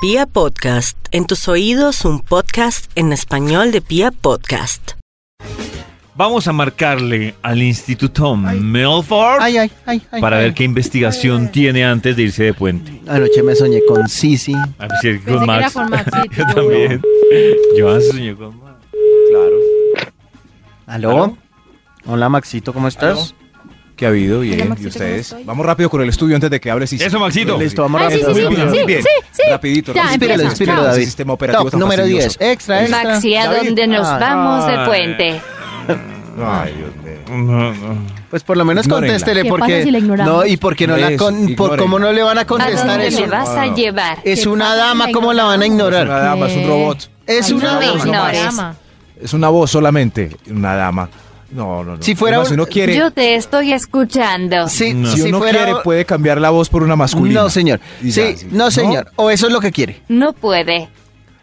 Pia Podcast, en tus oídos un podcast en español de Pia Podcast. Vamos a marcarle al Instituto Milford Ay, ay, ay, ay. para ay. ver qué investigación tiene antes de irse de puente. Anoche me soñé con Sisi. A ver si es Pensé con que era Max. con Max, sí, Yo yo- también. Yo antes soñé con Max. Claro. ¿Aló? ¿Aló? Hola, Maxito, ¿cómo estás? ¿Qué ha habido? Bien, Maxito, ¿y ¿cómo ustedes? estoy? Vamos rápido con el estudio antes de que hables. Sisi. Eso, Maxito. Listo, vamos Ah, sí, rápido. sí, sí, rápido. sí, Bien. sí, sí. Rapidito, Ya, rapidito. Inspíralo, empieza. inspíralo, Chao. David. Sistema operativo Top tan número fastidioso. 10. Extra, ¿eh? extra. Maxi, ¿a David. dónde nos Ah, vamos Ay. de puente? Ay, Dios mío. No, no. Pues por lo menos Ignórenla. contéstele ¿Qué porque pasa si la ignoramos? no y porque no la Eso, con, por- ignórenla. como no le van a ¿A contestar dónde eso. me vas a No. llevar? Es ¿Qué una pasa si la dama, ¿cómo la van a Es una ignorar? dama, es un ¿Qué? robot. Es Ay, una no me dama. ignores. Es una voz solamente. Una dama. No, no, no. Si fuera Además, un- si uno quiere, Yo te estoy escuchando. Sí, No. si si uno fuera- quiere, puede cambiar la voz por una masculina. No, señor. Y ya, Sí, no, señor. O eso es lo que quiere. No puede.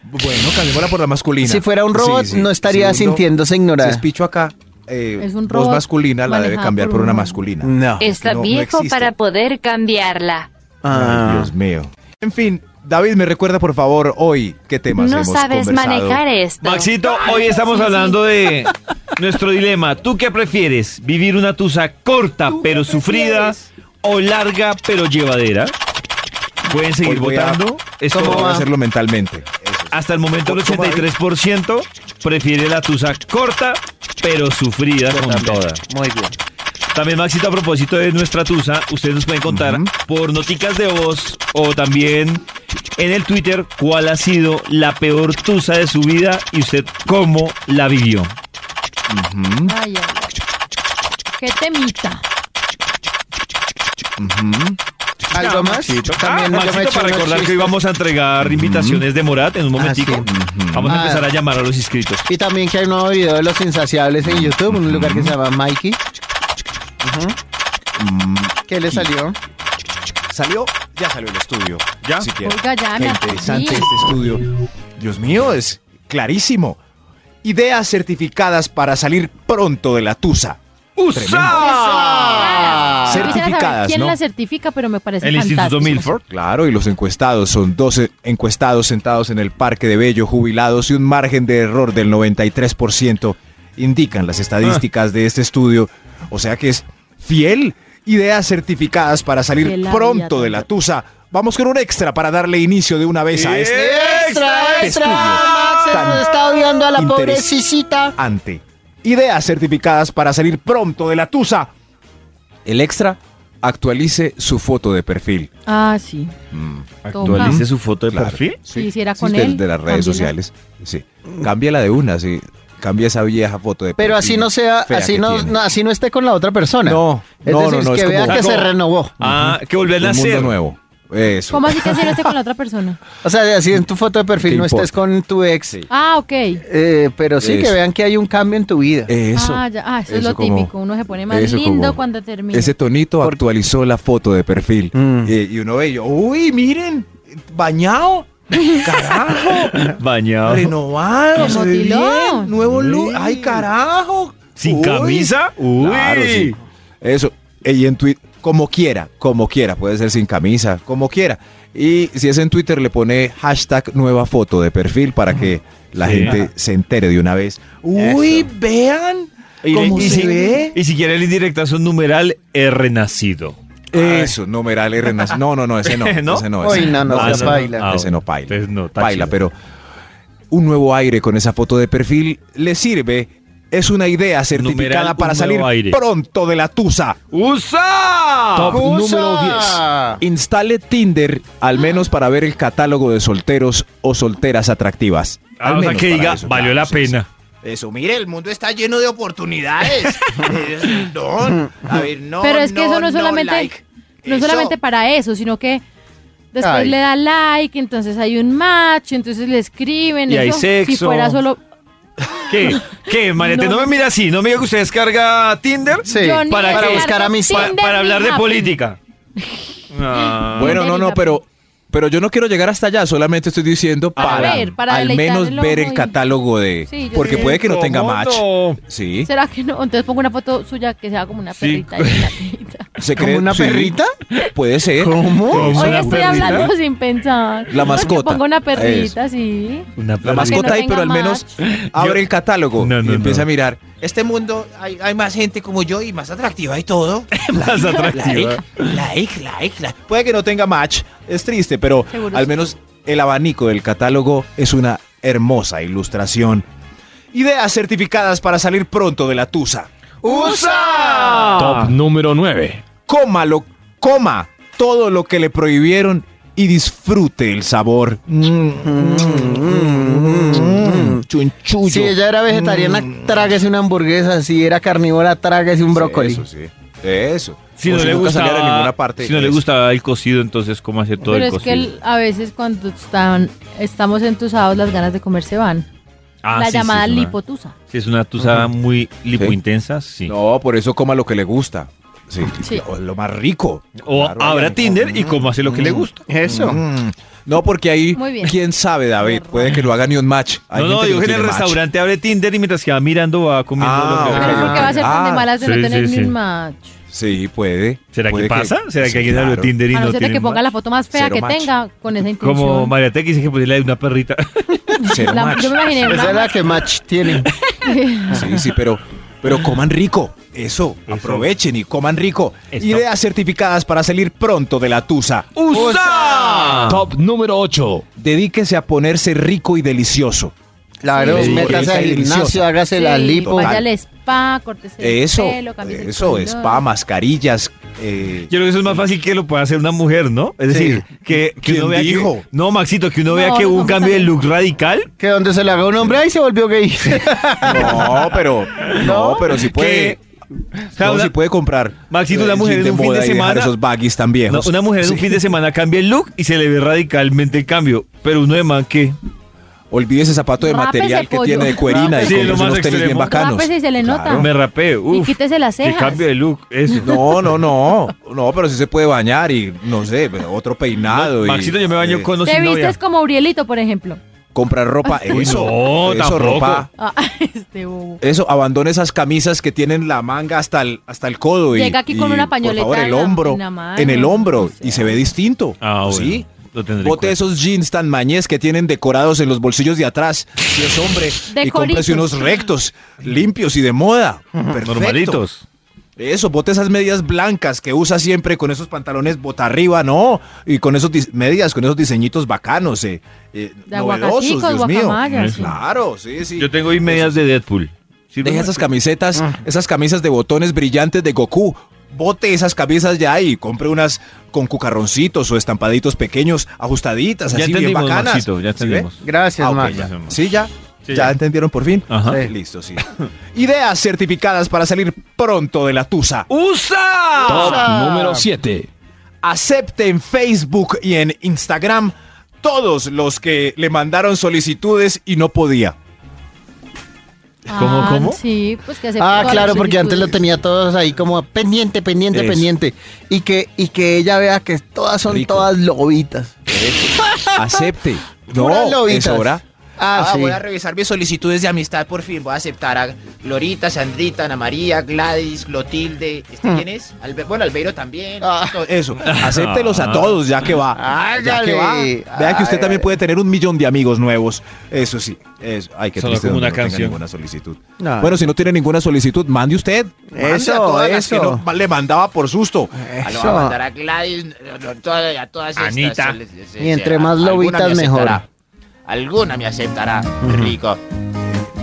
Bueno, cambiémosla por la masculina. Si fuera un robot, Sí, sí. no estaría Si uno- sintiéndose ignorada. Si es picho acá, eh, Es un voz robot masculina la debe manejado cambiar por por un una humano. masculina. Ah, No. Está no viejo existe. para poder cambiarla. Ah. Ay, Dios mío. En fin, David, me recuerda por favor hoy qué temas No hemos sabes conversado? manejar esto. Maxito, hoy estamos hablando de nuestro dilema. ¿Tú qué prefieres? ¿Vivir una tusa corta pero sufrida o larga pero llevadera? Pueden seguir Hoy voy a- votando. Esto ¿Cómo va- hacerlo mentalmente? Eso sí. Hasta el momento el ¿Cómo va? 83% prefiere la tusa corta, pero sufrida con toda. Muy bien. También, Maxito, a propósito de nuestra tusa, ustedes nos pueden contar por noticas de voz o también en el Twitter cuál ha sido la peor tusa de su vida y usted cómo la vivió. Ay, ay, ay. Qué temita. ¿Algo más? Ah, También Maxito, yo me he hecho para unos recordar que hoy chistes. vamos a entregar invitaciones de Morat en un momentico. Ah, sí. Vamos a Ah. empezar a llamar a los inscritos. Y también que hay un nuevo video de Los Insaciables en YouTube, un lugar que se llama Mikey. Ujú. ¿Qué le salió? ¿Salió? Ya salió el estudio. ¿Ya? Si quieren. Oiga, ya Qué me interesante aturdí. este estudio. Dios mío, es clarísimo. Ideas certificadas para salir pronto de la tusa. Ah, Certificadas, quisiera saber ¿Quién ¿no? la certifica? Pero me parece El Instituto fantástico. Milford. Claro, y los encuestados son 12 encuestados sentados en el Parque de Bello, jubilados y un margen de error del 93%, indican las estadísticas de este estudio. O sea que es fiel, ideas certificadas para Qué salir labia pronto tan de la grande. tusa. Vamos con un extra para darle inicio de una vez a este ¡Extra, extra! Max se nos está odiando a la Interes- pobre Sisita. ante. Ideas certificadas para salir pronto de la tusa. El extra actualice su foto de perfil. Ah, sí. Mm. Actualice su foto de Claro. perfil. Si hiciera con de, él, de las redes cámbiala. sociales. Sí. Cámbiala de una, sí. Cambia esa vieja foto de Pero así perfil no sea, fea así que no, tiene. no- así no esté con la otra persona. No, es no, decir, no, no, que es vea como- que se Como- renovó. Ah, que volver a un mundo hacer. nuevo. Eso. ¿Cómo así que hacer esto con la otra persona? O sea, así en tu foto de perfil ¿Qué no estés importa? con tu ex. Ah, ok. Eh, pero sí que Eso. vean que hay un cambio en tu vida. Eso. Ah, ya. Ah, eso, es Eso lo como- típico. Uno se pone más eso lindo como- cuando termina. Ese tonito actualizó la foto de perfil. Mm. Eh, y uno ve, yo, uy, miren, bañado. Carajo. Bañado. Renovado, Me se ve motiló. bien, nuevo look. Uy. Ay, carajo. ¿Sin Uy. camisa? Uy. Claro, sí. Eso. Eh, Y en Twitter, como quiera, como quiera, puede ser sin camisa, como quiera. Y si es en Twitter, le pone hashtag nueva foto de perfil para que la Sí. gente se entere de una vez. Uy, vean Y, cómo y se si, ve. y si quiere la indirecta, son numeral he renacido. Eso, numeral R. Nas- No, no, no, ese no. ¿No? Ese no, Uy, ese no, no, ese ese baila. Ah, ese no baila. entonces no, está baila, chido. pero un nuevo aire con esa foto de perfil le sirve. Es una idea certificada Numeral, un para nuevo salir aire. pronto de la tusa. ¡Usa! Top ¡Usa! número 10. Instale Tinder al menos para ver el catálogo de solteros o solteras atractivas. Ah, Al o sea, menos que para diga, eso, valió claro, la sí, pena. Eso, mire, el mundo está lleno de oportunidades. Eh, no, a ver, no. Pero es que eso no es solamente- like. No Eso. solamente para eso, sino que después Ay. le da like, entonces hay un match, entonces le escriben. Y hay eso, Si sexo. fuera solo. ¿Qué? ¿Qué, Marete? No, No, me no. mira así. No me diga que usted descarga Tinder Sí, Yo para ni para descargo que- buscar Tinder amistad. pa- para ni hablar de Happen. política. Ah. Bueno, no, no, pero Pero yo no quiero llegar hasta allá, solamente estoy diciendo Para para, ver, para al deleitar menos el ver ojo el y- catálogo de... Sí, yo porque sé. puede que no tenga ¿Cómo match. no? Sí. ¿Será que no? Entonces pongo una foto suya que sea como una Sí. perrita. y una gatita. ¿Se ¿Como cree- una sí, perrita? Puede ser. ¿Cómo? ¿Cómo? Hoy una estoy perrita? hablando sin pensar. La mascota. Porque pongo una perrita, sí. Una La perrita. mascota ahí, tenga pero al menos abre el catálogo No, no, y empieza no. a mirar. Este mundo hay, hay más gente como yo y más atractiva y todo. Más atractiva. Like, like, like, like. Puede que no tenga match, es triste, pero Seguro al sí. menos el abanico del catálogo es una hermosa ilustración. Ideas certificadas para salir pronto de la tusa. ¡Usa! Top número 9. Cómalo, coma todo lo que le prohibieron y disfrute el sabor. Mm, mm, Chunchullo. Si ella era vegetariana, Mm. tráguese una hamburguesa. Si era carnívora, tráguese un brócoli. Eso, sí. Eso. Si O no, le nunca saliera de gustaba, ninguna parte. si no le eso. gustaba el cocido, entonces cómo hace todo Pero el es que cocido. el- a veces cuando están, estamos entusados, las ganas de comer se van. Ah, la sí, sí, llamada es una- lipotusa. Sí, es una tusa muy lipointensa, sí. No, por eso coma lo que le gusta. Sí, Sí. Lo, lo más rico. O Claro, abra obviamente. Tinder y cómo hace lo que le gusta. Eso. Mm. No, porque ahí, Muy bien. quién sabe, David, puede que no haga ni un match. Hay No, no, gente digo que en el no tiene match. restaurante abre Tinder y mientras que va mirando va comiendo Ah, lo que- ok. Pero porque va a ser tan de ah, malas de no sí, tener sí, ni sí. un match. Sí, puede. ¿Será que Puede pasa? ¿Será sí, que alguien abre claro. Tinder y A no no ser de tiene que un ponga match? la foto más fea Cero que match. tenga con esa intención. Como María Tech dice que pues la de una perrita. Cero La- match. yo me imaginé Esa una es la que match tiene. Sí, sí, pero, pero coman rico. Eso, Eso. aprovechen y coman rico. Esto. Ideas certificadas para salir pronto de la tusa. ¡Usa! Top número 8. Dedíquese a ponerse rico y delicioso. Claro, Sí. métase al Deliciosa. gimnasio, hágase la Sí, lipo. Vaya Total. al spa, cortese Eso, el pelo, cámbiese el eso, color. spa, mascarillas. eh, Yo creo que eso es más fácil que lo pueda hacer una mujer, ¿no? Es Sí. decir, que, que ¿Quién uno vea que- dijo? no, Maxito, que uno No, vea que los hubo un hombres cambio de también. look radical. Que donde se le haga un hombre, ahí se volvió gay. no, pero, no, pero si puede. Que, o sea, no, una- si puede comprar. Maxito, una el mujer jean en un fin moda de y dejar semana- Esos baggies tan no, viejos. una mujer en un Sí. fin de semana cambia el look y se le ve radicalmente el cambio. Pero uno de man que Olvide ese zapato de Rápese, material que pollo. tiene de cuerina y Rápese. Sí, cómprese lo más unos tenis extremo. bien bacanos. Rápese y se le nota. me rapeo. Y Uf, quítese las qué cejas. cambio de look. Eso. No, no, no. No, pero sí se puede bañar y, no sé, otro peinado. y, Maxito, yo me baño eh, con o Te sin novia. vistes como Urielito, por ejemplo. Comprar ropa, Uy, eso. no, eso, tampoco. ropa. Ah, este bobo. Eso, abandone esas camisas que tienen la manga hasta el, hasta el codo. Y, Llega aquí con y, una Por pañoleta favor, el en la- hombro. en la mano, en el hombro. no sé. Y se ve distinto. Ah, bueno, Sí. Lo tendré Bote en cuenta. esos jeans tan mañés que tienen decorados en los bolsillos de atrás. Si es hombre, y Decoritos. cómprese unos rectos, limpios y de moda. Perfecto. Normalitos. Eso, bote esas medias blancas que usa siempre con esos pantalones bota arriba, no. Y con esos dis- medias, con esos diseñitos bacanos, eh, eh, De novedosos, aguacaticos, Dios mío. guacamayas. sí. Claro, sí, sí. Yo tengo hoy medias de Deadpool. ¿Sirve? Deja esas camisetas, Ah. esas camisas de botones brillantes de Goku. Bote esas camisas ya y compre unas con cucarroncitos o estampaditos pequeños, ajustaditas, Ya así bien entendimos, bacanas. Maxito, ya ¿Sí ve? entendimos. Gracias, Ah, ok, Max. ya. Max. ¿Sí, ya? Sí, ¿Ya ya. entendieron por fin? Ajá. Sí, Listo, sí. Ideas certificadas para salir pronto de la tusa. Uh. ¡Usa! Top número 7. acepte en Facebook y en Instagram todos los que le mandaron solicitudes y no podía. ¿Cómo, Ah, cómo? Sí, pues que hace Ah, todas claro, las porque antes lo solicitudes. tenía todos ahí como pendiente, pendiente, Eso. pendiente. Y que, y que ella vea que todas son Rico. todas lobitas. Acepte. Puras No, lobitas. es hora. Ah, Ah, sí. voy a revisar mis solicitudes de amistad por fin. Voy a aceptar a Glorita, Sandrita, Ana María, Gladys, Clotilde. ¿Este quién es? Albe- bueno, Albeiro también. Ah. Todo- Eso, acéptelos a todos, ya que va. Ya que va. Hágale. Vea que usted Hágale. también puede tener un millón de amigos nuevos. Eso sí. Eso. Ay, que Sonó triste como una donde no tenga canción. ninguna solicitud. No. Bueno, si no tiene ninguna solicitud, mande usted. Mande Eso, a todas las que eso. no le mandaba por susto. Ah, lo voy a mandar a Gladys, no, no, toda- a todas estas. Anita. les- les- Y entre más alguna lobitas, me mejor. aceptará. Alguna me aceptará. Rico.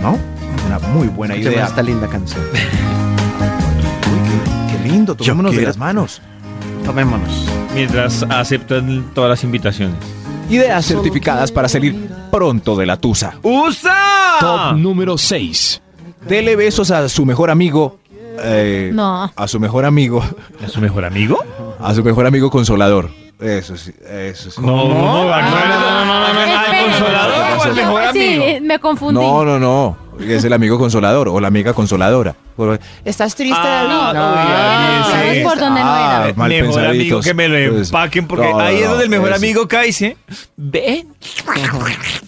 ¿No? Una muy buena Escuchemos idea. esta linda canción. Uy, qué, qué lindo. Tomémonos de quiero- las manos. Tomémonos. Mientras aceptan todas las invitaciones. Ideas certificadas para salir pronto de la tusa. ¡Usa! Top número 6. Dele besos a su mejor amigo. eh, No. A su mejor amigo. ¿A su mejor amigo? A su mejor amigo consolador. Eso sí, eso sí. Ah, No, no, no, no, no, no, no, no, no, no, Esperen, consolador, esperen, mejor sí, amigo. me confundí. No, no, no. porque es el amigo consolador o la amiga consoladora. Por- ¿Estás triste, Ah, David? no, Ah, ya, ¿Sabes sí. por dónde no era? mal mejor amigo pensaditos. que me lo Entonces, empaquen porque no, ahí es no, donde el mejor ese. amigo cae, y ¿sí? Ve,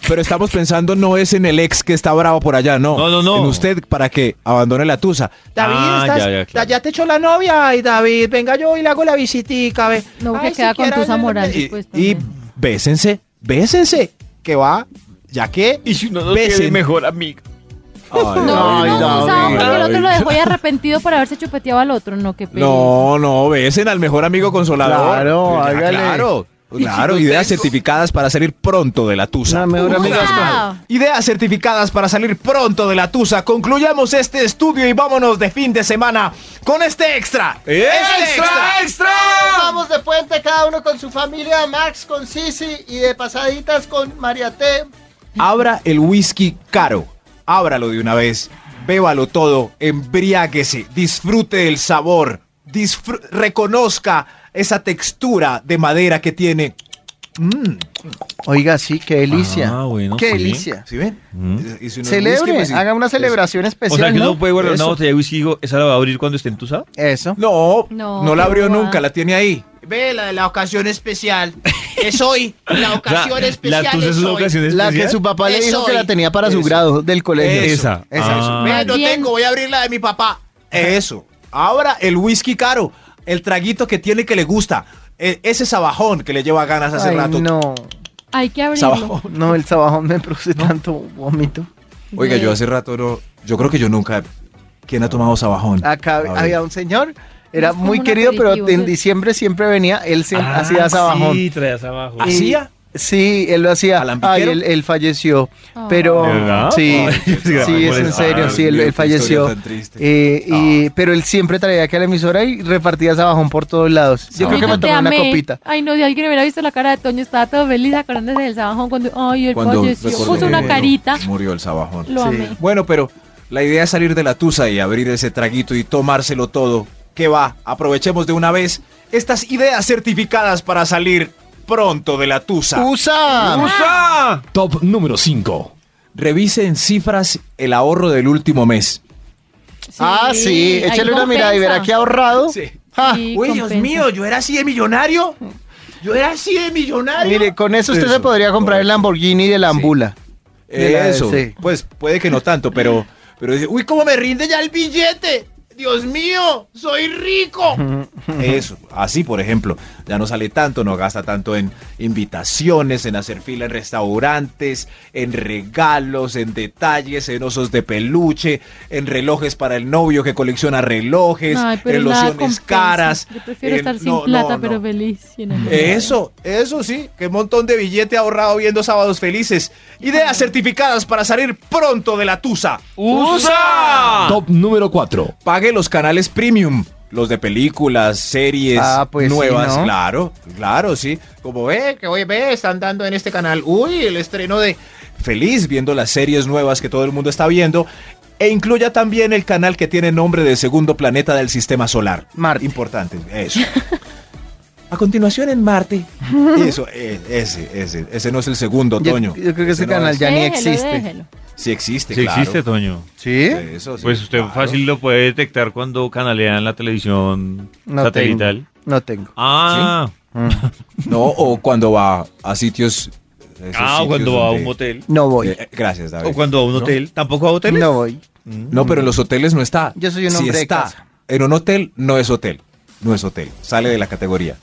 Pero estamos pensando no es en el ex que está bravo por allá, no. No, no, no. En usted para que abandone la tusa. David, Ah, estás, ya, ya, ya, claro. ya te echó la novia. Ay, David, venga yo y le hago la visitica, ve. No, que Ay, queda con siquiera- Tusa Morán Y, después y también. bésense, bésense, que va, ya que... y si uno no Besen. tiene mejor amigo. Ay, No, ay, no, David. Tusa, porque el otro lo dejó ya arrepentido por haberse chupeteado al otro. No, qué pena. No, no, besen al mejor amigo consolador. Claro, Ah, hágale. Claro, claro, ideas certificadas para salir pronto de la tusa. Una mejor amiga. Tusa. Ideas certificadas para salir pronto de la tusa. Concluyamos este estudio y vámonos de fin de semana con este extra. ¡Extra, extra! Nos Vamos de puente cada uno con su familia, Max con Sisi y de pasaditas con María T. Abra el whisky caro. Ábralo de una vez. Bébalo todo. Embriáguese. Disfrute el sabor. disfr- reconozca esa textura de madera que tiene. Oiga, sí, qué delicia. Ah, bueno, sí. qué delicia. ¿Sí ven? Mm. Y si no es Celebre, whisky, pues sí. haga una Es- celebración O especial. sea, que ¿no? uno puede guardar una Eso, botella de whisky y digo, esa la va a abrir cuando esté entusada. Eso. No, no, No, la abrió qué guay. nunca, la tiene ahí. Ve la de la ocasión especial. Es hoy. Ah. La O sea, ocasión especial. La tusa es una hoy. ocasión La especial. que su papá le Eso dijo que y la tenía para su eso. grado del colegio. Esa. Esa. Ah. Ve, Más no bien- tengo, voy a abrir la de mi papá. Eso. Ahora el whisky caro, el traguito que tiene que le gusta, e- ese sabajón que le lleva ganas hace Ay, rato. no. Hay que abrirlo. Sabajón. No, el sabajón me produce tanto vómito. Oiga, yo hace rato no, yo creo que yo nunca. ¿Quién ha tomado sabajón? Acá A ver. había un señor, era Es como muy un querido, pero aperitivo, en ¿sí? diciembre siempre venía, él se- Ah, hacía sabajón. Sí, traías abajo. Ah, ¿Hacía? Sí, él lo hacía. ¿Alambiquero? Ay, él, él falleció. Ah. Pero ¿De verdad? sí, Ay, sí, sí, sí, es en molestado. serio, sí, él, Dios, él qué falleció. historia tan triste. Eh, y- pero él siempre traía aquí a la emisora y repartía sabajón por todos lados. Yo creo que me Toño, te tomé una amé. copita. Ay, no, si alguien hubiera visto la cara de Toño, estaba todo feliz acordándose del sabajón cuando. Ay, el Cuando falleció. recordé Puso una que carita. Murió el sabajón. Lo amé. Bueno, pero la idea es salir de la tusa y abrir ese traguito y tomárselo todo. ¿Qué va? Aprovechemos de una vez estas ideas certificadas para salir pronto de la tusa. Uh. ¡Usa! ¡Usa! Top número 5. Revise en cifras el ahorro del último mes. ah, sí, ahí échale una mirada y verá compensa. que ha ahorrado. Ah, Sí, Uy, Dios compensa. mío, yo era así de millonario. Yo era así de millonario. Mire, con eso usted se Eso, podría comprar el correcto. Lamborghini de la Sí. ambula. De la- Eso, sí. pues puede que no tanto, pero, pero dice, uy, Uy, cómo me rinde ya el billete. Dios mío, soy rico. eso, así por ejemplo, ya no sale tanto, no gasta tanto en invitaciones, en hacer fila en restaurantes, en regalos, en detalles, en osos de peluche, en relojes para el novio que colecciona relojes, Ay, pero en nada lociones compensa. caras. Yo prefiero en- estar sin no, no, plata, no. Eh, pero feliz. y enamorada. Eso, eso sí, qué montón de billete ahorrado viendo sábados felices. Ideas certificadas para salir pronto de la tusa. ¡Usa! Top número 4. pague los canales premium. Los de películas, series Ah, pues sí, nuevas, ¿no? claro, claro, sí. Como ve, Que hoy ve, están dando en este canal. Uy, el estreno de. feliz viendo las series nuevas que todo el mundo está viendo. E incluya también el canal que tiene nombre de segundo planeta del sistema solar. Marte. Importante, eso. A continuación en Marte. Eso, eh, ese, ese. Ese no es el segundo, Yo- Toño. Yo, creo que ese no canal es. ya ni Déjelo, existe. déjelo. Sí existe, Sí claro. existe, Toño. ¿Sí? Eso, sí, Pues usted claro. fácil lo puede detectar cuando canalean la televisión No satelital. tengo. No tengo. Ah, No, o cuando va a sitios... esos ah sitios cuando va a donde- un motel. No voy. Eh, gracias, David. O cuando va a un hotel. ¿Tampoco va a hoteles? No voy. No, pero en los hoteles no está. Yo soy un hombre de si está casa. en un hotel, no es hotel. No es hotel. Sale de la categoría.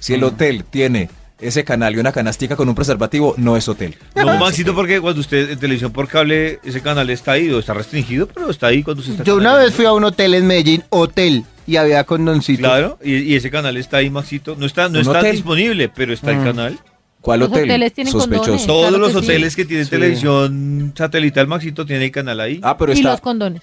Si Mm. el hotel tiene ese canal y una canastica con un preservativo, no es hotel. No, Maxito, porque cuando usted en televisión por cable, ese canal está ahí, o está restringido, pero está ahí cuando usted está Yo una canaleando. vez fui a un hotel en Medellín, hotel, y había condoncito. Claro, y, y ese canal está ahí, Maxito. No está, no ¿Un está hotel? disponible, pero está el canal. ¿Cuál Los hotel? hoteles tienen Sospechoso. condones. Todos claro los que sí. hoteles que tienen televisión satelital, Maxito, tiene el canal ahí. Ah, pero Y está los condones.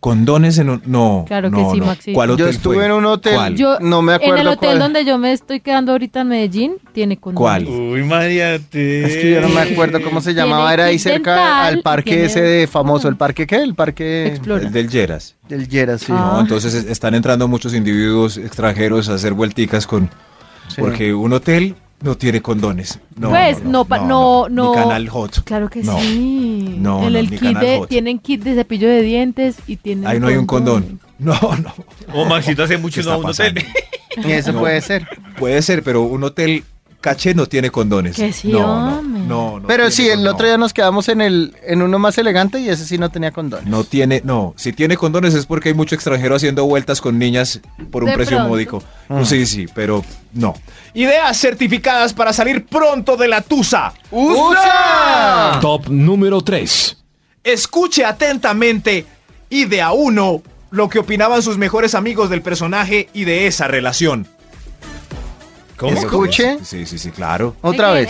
condones en un... No, Claro que no, sí, no. Maxito. ¿Cuál hotel Yo estuve fue? en un hotel. ¿Cuál? Yo, No me acuerdo En el hotel cuál. donde yo me estoy quedando ahorita en Medellín, tiene condones. ¿Cuál? Uy, Mariate. Es que yo no me acuerdo cómo se Tiene llamaba, era ahí kit cerca dental al y parque tiene- ese de famoso, el parque qué, el parque El Explora. del Lleras. del Yera, sí. Ah. No, entonces es- están entrando muchos individuos extranjeros a hacer vuelticas con... Sí. Porque un hotel No tiene condones. No, pues no, pa- no, no, Ni canal hot. Claro que No. sí. No, en no, el ni kit Canal de, Hot. tienen kit de cepillo de dientes y tienen. Ahí no hay un condón. No, no. O Oh, Maxito hace mucho ¿Qué no va a un está hotel. pasando? Eso No. puede ser. Puede ser, pero un hotel caché no tiene condones. Que sí, no, no, hombre. no, no Pero tiene sí, el condón. otro día nos quedamos en el en uno más elegante y ese sí no tenía condones. No tiene, no, si tiene condones es porque hay mucho extranjero haciendo vueltas con niñas por un De precio pronto. módico. Sí, sí, pero no. Ideas certificadas para salir pronto de la tusa. ¡Usa! Top número 3. Escuche atentamente y de a uno lo que opinaban sus mejores amigos del personaje y de esa relación. ¿Cómo? Eso- ¿Escuche? Sí, sí, sí, claro. Otra vez.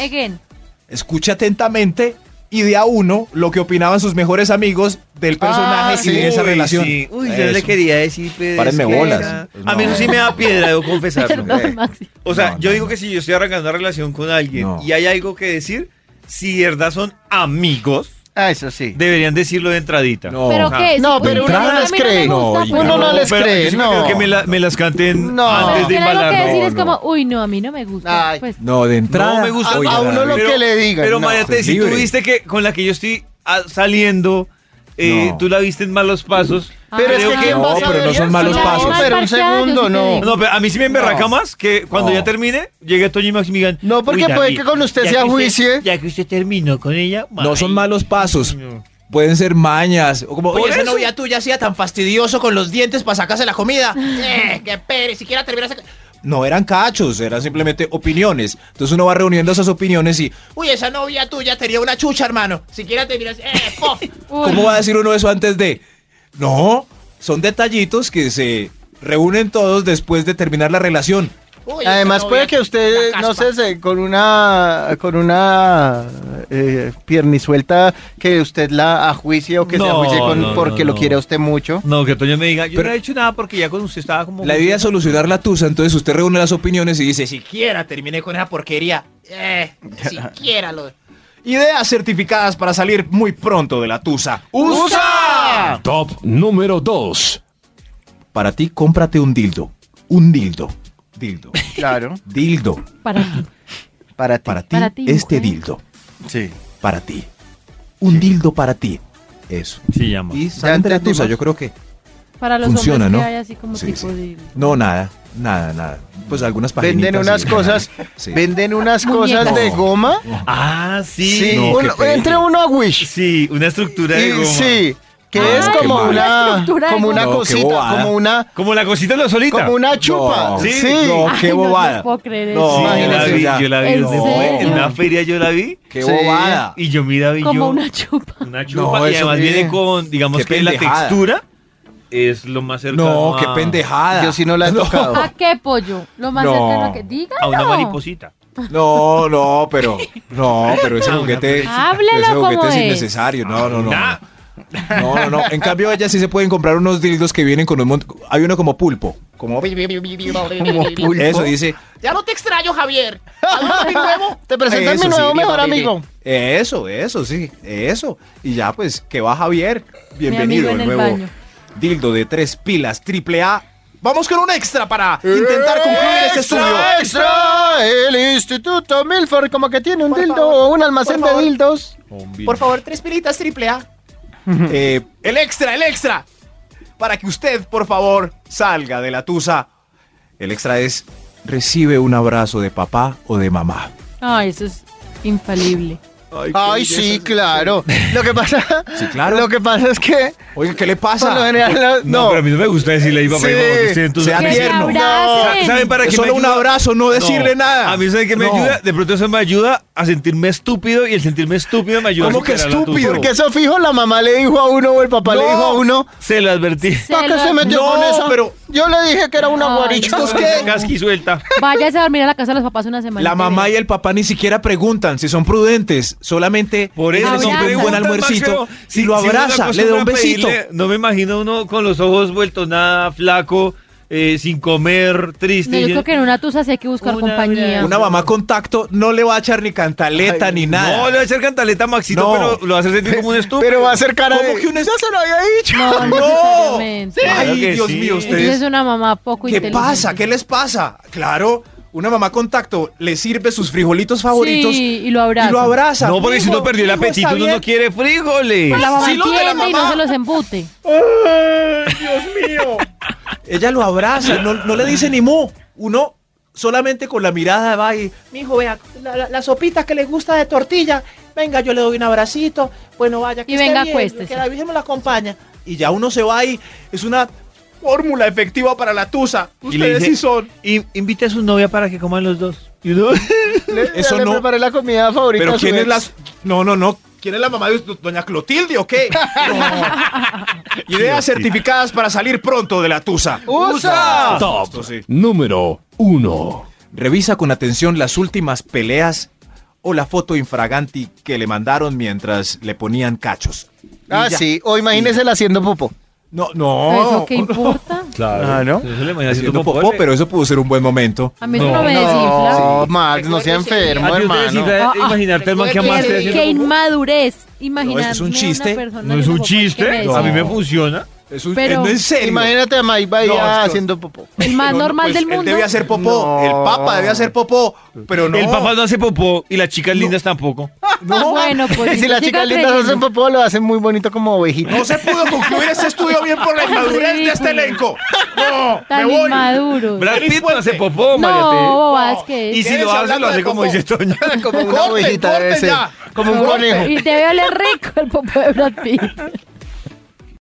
Escuche atentamente y de a uno lo que opinaban sus mejores amigos del personaje Ah, y sí. de esa Uy, relación. sí. Uy, yo le Eso. quería decir, pero. Párenme es que bolas. esa- Pues A mí no. eso sí me da piedra, debo confesarlo. Perdón, Maxi. eh, O sea, No, yo no, digo no. que si yo estoy arrancando una relación con alguien No. y hay algo que decir, si de verdad son amigos, Ah, eso sí. deberían decirlo de entradita. No. Pero qué, No, Si pero por uno ejemplo, no les a mí me cree. gusta, No, pues, uno no les pero cree, yo sí no. creo que me, la- me las canten No. antes Pero de tiene algo que embalar. decir es No, no. como, uy, no, a mí no me gusta. Ay. Pues, No, de entrada. No me gusta. Oiga, a uno lo David, que le digan. Pero no. Mariate, pues si tú libre. viste que con la que yo estoy ah, saliendo, eh, No. tú la viste en malos pasos. Ah. Ah, Pero es creo que ¿quién No, va a pero no saber? son malos No, pasos. Pero un segundo, no. No, pero a mí sí me emberraca No. más que cuando No. ya termine, llegue Toño y Max y me digan, No, porque "Uy, puede David, que con usted ya sea que juicio. Ya que usted terminó con ella, No son ay, malos pasos. no. Pueden ser mañas. o como, Oye, Por esa eso. novia tuya hacía tan fastidioso con los dientes para sacarse la comida. Eh, ¡Qué pere! Siquiera terminaste. No eran cachos, eran simplemente opiniones. Entonces uno va reuniendo esas opiniones y Uy, esa novia tuya tenía una chucha, hermano. Siquiera terminaste. ¡Eh, pof! ¿Cómo va a decir uno eso antes de? No, son detallitos que se reúnen todos después de terminar la relación. Uy, esa Además puede novia que usted, la no caspa. sé, se- con una con una eh, piernisuelta que usted la ajuicie o que se No, ajuicie con- no, no, porque lo no. quiere a usted mucho. No, que Toño me diga, yo Pero- no he hecho nada porque ya con usted estaba como... La idea es solucionar la tusa, entonces usted reúne las opiniones y dice, sí, Siquiera terminé con esa porquería. Eh, siquiera lo. Ideas certificadas para salir muy pronto de la tusa. ¡Usa! Top número 2. para ti cómprate un dildo. Un dildo. Dildo. Claro, Dildo. para ti. para ti. Para ti, Para ti, este mujer. dildo. Sí. Para ti. Un dildo para ti. Eso. Sí, llama. Y salen de la entendimos. tusa, yo creo que. Para los Funciona, hombres ¿no? que hay así como Sí, tipo sí. de. No, nada. Nada, nada. Pues algunas páginas. Venden unas cosas, venden unas Muñecas. cosas de No. goma. Ah, sí. Sí, No, bueno, qué pena. entre uno a Wish. Sí, una estructura de Y, goma. sí, que Ah, es qué como mal. La una, estructura de como una goma. No, qué cosita, bobada. como una, Como la cosita de la solita. como una chupa. No. Sí. No, Ay, qué no, no bobada. puedo creer Sí, eso. yo la imagínate vi, ya. yo la vi. ¿En no, serio? en una feria yo la vi. Qué Sí. bobada. Y yo mira, y Como yo... una chupa. Una chupa No, y eso además sí. viene con, digamos Qué que la pendejada. textura es lo más cercano. No, qué a- pendejada. Ah. Yo sí no la he tocado. ¿A qué pollo? Lo más No. cercano que. Dígalo. A una mariposita. No, no, pero. No, pero ese juguete. Háblelo ese como juguete es es. innecesario. No, no, no. Nah. No, no, no. En cambio, ellas sí se pueden comprar unos dildos que vienen con un montón. Hay uno como pulpo. Como Como. pulpo. Eso dice. Ya no te extraño, Javier. Te presentan eso mi sí, nuevo mi mejor papi. amigo. Eso, eso, sí. Eso. Y ya, pues, que va Javier. amigo Bienvenido en de el nuevo. baño. Dildo de tres pilas, triple A. Vamos con un extra para intentar concluir este estudio. Extra, extra, el Instituto Milford como que tiene un dildo o un almacén de dildos. Por favor, tres pilitas triple A. Eh, El extra, el extra. Para que usted, por favor, salga de la tusa. el extra es. Recibe un abrazo de papá o de mamá. Ay, eso es infalible. Ay, sí, claro. Lo que pasa, Sí, claro. lo que pasa es que Oiga, ¿qué le por lo pasa? general No, no. pero a mí no me gusta decirle ahí, papá, Sí. y mamá, que estén tus- Sea Que se tierno. abracen. ¿Saben para Es qué solo me un ayuda? abrazo, no decirle nada. A mí saben que me No. ayuda, de pronto eso me ayuda a sentirme estúpido y el sentirme estúpido me ayuda ¿Cómo a que superar la estúpido? tusa. porque eso fijo la mamá le dijo a uno o el papá le dijo a uno. Se lo advertí. Se ¿Para qué lo- se metió No, con esa? pero- yo le dije que era una Ay, guaricha. no. ¿Estos qué? Casqui suelta. Váyase a dormir a la casa de los papás una semana. La mamá y el papá ni siquiera preguntan si son prudentes, solamente Por eso le Abrazan. compra un buen Preguntan, almuercito, Maxito, si lo uno abraza, le da un acostumbra a besito. pedirle- no me imagino uno con los ojos vueltos nada, flaco, eh, sin comer, No, triste. yo y- creo que en una tusa sí hay que buscar Una compañía. abrazo. Una mamá con tacto no le va a echar ni cantaleta ni nada. No, le va a hacer cantaleta a Maxito, No. pero lo va a hacer sentir como un estúpido. Pero va a ser cara ¿Cómo de- que un es- Ya se lo había dicho. No, no necesariamente. Claro Ay, que Dios sí. mío, Entonces ustedes. es una mamá poco ¿Qué inteligente. pasa? ¿Qué les pasa? Claro, Una mamá contacto le sirve sus frijolitos favoritos Sí, y lo y abraza. lo abraza. No, porque si Hijo, uno perdió el hijo, está apetito, uno bien. no quiere frijoles. La mamá Sí, lo de la entiende y no mamá. se los embute. ¡Ay, Dios mío! Ella lo abraza, no, no le dice ni mu. Uno solamente con la mirada va y. Mi hijo, vea, la, la- la sopita que le gusta de tortilla. Venga, yo le doy un abracito. Bueno, vaya, que Y esté venga, bien, acuéstese. Que la Virgen me la acompaña. Y ya uno se va y es una fórmula efectiva para la tusa. Y le Ustedes dice- sí son. Y invita a su novia para que coman los dos. Y uno- Le, Eso ya le no. preparé la comida favorita. Pero a su ¿quién es ex. la. No, no, no. ¿Quién es la mamá de do- doña Clotilde o qué? No. Ideas certificadas para salir pronto de la tusa. ¡Usa! Top Esto sí. número 1. Revisa con atención las últimas peleas o la foto infraganti que le mandaron mientras le ponían cachos. Ah, Y ya. sí. O imagínsela haciendo popo. No, no. Ah, ¿Eso Pues, qué importa? Claro. ¿no? Eso le imagino Ah, Haciendo haciendo popó, popó, pero eso pudo ser un buen momento. A mí eso no, me No, desinfla. Max, no sea enfermo, Ah, yo te hermano. decía, Ah, ah. Imaginarte al man que amaste Qué, haciendo qué popó. inmadurez. Imaginarme No, es un a una chiste. persona No es haciendo un popó, ¿qué me chiste. decís? A mí me funciona. Es un- Pero- es- no, es serio. Imagínate a Mike Bahía No, esto- haciendo popo. El más No, no, normal pues, del Él mundo. debía hacer No. popó. El papa debía hacer popó. Pero no. El papá no hace popó y las chicas lindas tampoco. Bueno, pues. Y si las siga chicas lindas creyendo. hacen popo, lo hacen muy bonito como ovejita. No se pudo concluir este estudio bien por la inmadurez de este elenco. No, me Tan voy. inmaduros. Brad Pitt no hace popó, No, Mariate. bobadas que Y si es. ¿Quieres lo hace, hablar lo hace de como popó? dice Toña. Como una Corten, ovejita debe corten ser. ya. Como un conejo. Y debe oler rico el popó de Brad Pitt.